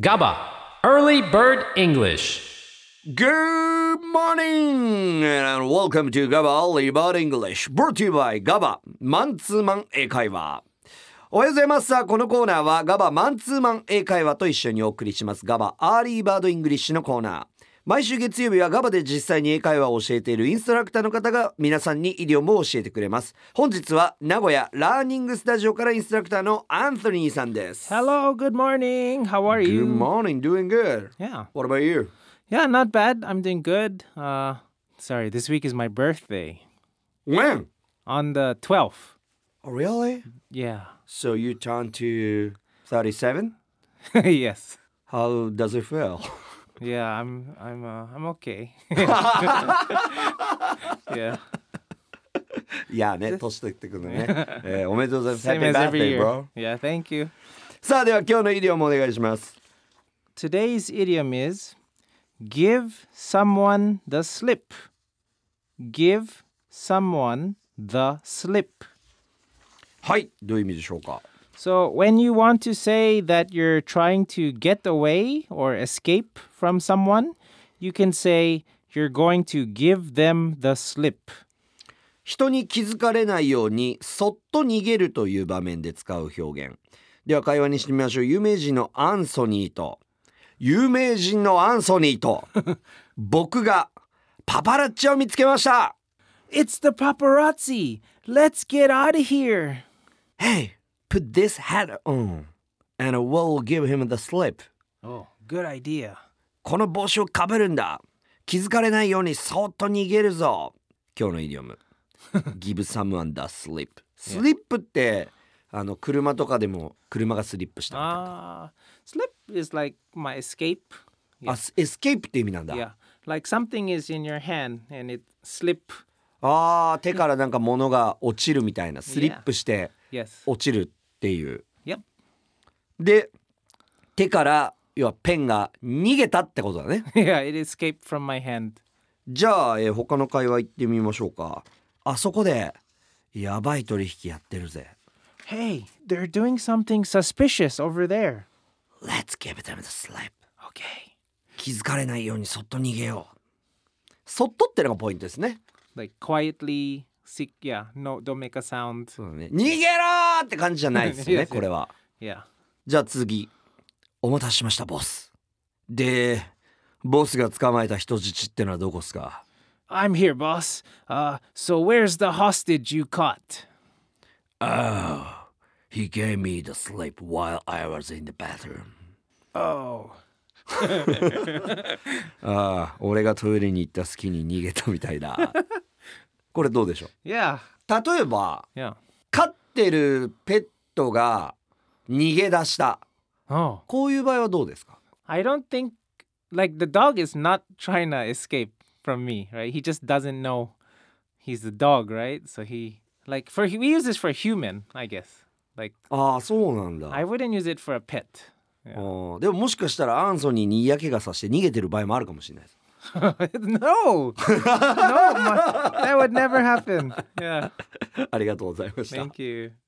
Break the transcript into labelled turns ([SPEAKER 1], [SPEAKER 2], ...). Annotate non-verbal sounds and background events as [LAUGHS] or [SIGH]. [SPEAKER 1] GABA, Early Bird English.
[SPEAKER 2] Good morning and welcome to GABA Early Bird English brought to you by GABA マンツーマン英会話おはようございますさあこのコーナーは GABA マンツーマン英会話と一緒にお送りします GABA アーリーバードイングリッシュのコーナー毎週月曜日は GABA で実際に英会話を教えているインストラクターの方が皆さんにイディオムを教えてくれます本日は名古屋ラーニングスタジオからインストラクターのアンソニーさんです
[SPEAKER 3] Hello, good morning. How are
[SPEAKER 2] Good
[SPEAKER 3] you?
[SPEAKER 2] morning doing good
[SPEAKER 3] yeah.
[SPEAKER 2] What about you?
[SPEAKER 3] Yeah, not bad. I'm doing good. Uh sorry, this week is my birthday.
[SPEAKER 2] When?
[SPEAKER 3] On the 12th.
[SPEAKER 2] Oh, really?
[SPEAKER 3] Yeah. [LAUGHS]
[SPEAKER 2] So you turn to 37?
[SPEAKER 3] yes.
[SPEAKER 2] How does it feel? [LAUGHS]
[SPEAKER 3] Yeah, I'm I'm uh, I'm okay. [LAUGHS] yeah.
[SPEAKER 2] い
[SPEAKER 3] [LAUGHS]
[SPEAKER 2] やね、年取ってくるね。えー、おめでとうございます。Happy
[SPEAKER 3] Same as
[SPEAKER 2] birthday,
[SPEAKER 3] every year.
[SPEAKER 2] bro.
[SPEAKER 3] Yeah, thank you.
[SPEAKER 2] さあでは今日のイディオムお願いします。
[SPEAKER 3] Today's idiom is give someone the slip. Give someone the slip.
[SPEAKER 2] はい、どういう意味でしょうか
[SPEAKER 3] So, when you want to say that you're trying to get away or escape from someone, you can say you're going to give them the slip.
[SPEAKER 2] 人に気づかれないようにそっと逃げるという場面で使う表現。では会話にしてみましょう。有名人のアンソニーと、有名人のアンソニー
[SPEAKER 3] [LAUGHS]
[SPEAKER 2] と、僕がパパラッチを見つけました
[SPEAKER 3] It's the paparazzi. Let's get out of here.
[SPEAKER 2] Hey, put this hat on and we'll give him the slip.
[SPEAKER 3] Oh, good idea.
[SPEAKER 2] この帽子をかぶるんだ気づかれないようにそっと逃げるぞ今日のイディオム Give someone the slip スリップってあの車とかでも車がスリップしたみたいな
[SPEAKER 3] Ah, slip is like my escape.
[SPEAKER 2] あスエスケープって意味なんだ、
[SPEAKER 3] Yeah, like something is in your hand and it slip.
[SPEAKER 2] あー手からなんか物が落ちるみたいなスリップして
[SPEAKER 3] Yes.
[SPEAKER 2] 落ちるっていう
[SPEAKER 3] Yep. [LAUGHS]
[SPEAKER 2] で手から要はペンが逃げたってことだね
[SPEAKER 3] yeah, it escaped from my hand.
[SPEAKER 2] じゃあ、えー他の会話行ってみましょうかあそこでやばい取引やってるぜ
[SPEAKER 3] Hey, they're doing something suspicious over there.
[SPEAKER 2] Let's give them the slip
[SPEAKER 3] Okay.
[SPEAKER 2] 気づかれないようにそっと逃げようそっとってのがポイントですね
[SPEAKER 3] like quietly seek yeah no don't make a sound
[SPEAKER 2] そうだね逃げろーって感じじゃないですよ
[SPEAKER 3] い
[SPEAKER 2] ね
[SPEAKER 3] やいや
[SPEAKER 2] これは
[SPEAKER 3] yeah
[SPEAKER 2] じゃあ次お待たせしましたボスでボスが捕まえた人質ってのはどこっすか
[SPEAKER 3] i'm here boss uh so where's the hostage you caught
[SPEAKER 2] Oh he gave me the slip while I was in the bathroom
[SPEAKER 3] oh
[SPEAKER 2] ああ俺がトイレに行った隙に逃げたみたい [LAUGHS] だこれどうでしょう
[SPEAKER 3] yeah
[SPEAKER 2] 例えば
[SPEAKER 3] yeah
[SPEAKER 2] 飼ってるペットが逃げ出した
[SPEAKER 3] oh
[SPEAKER 2] こういう場合はどうですか
[SPEAKER 3] i don't think like the dog is not trying to escape from me right he just doesn't know he's the dog right so he like for we use this for human i guess like
[SPEAKER 2] ああそうなんだ
[SPEAKER 3] i wouldn't use it for a pet [LAUGHS]
[SPEAKER 2] あーでももしかしたらアンソニーに嫌気がさして逃げてる場合もあるかもしれないです
[SPEAKER 3] [LAUGHS] no no my- that would never happen yeah
[SPEAKER 2] ありがとうございました
[SPEAKER 3] thank you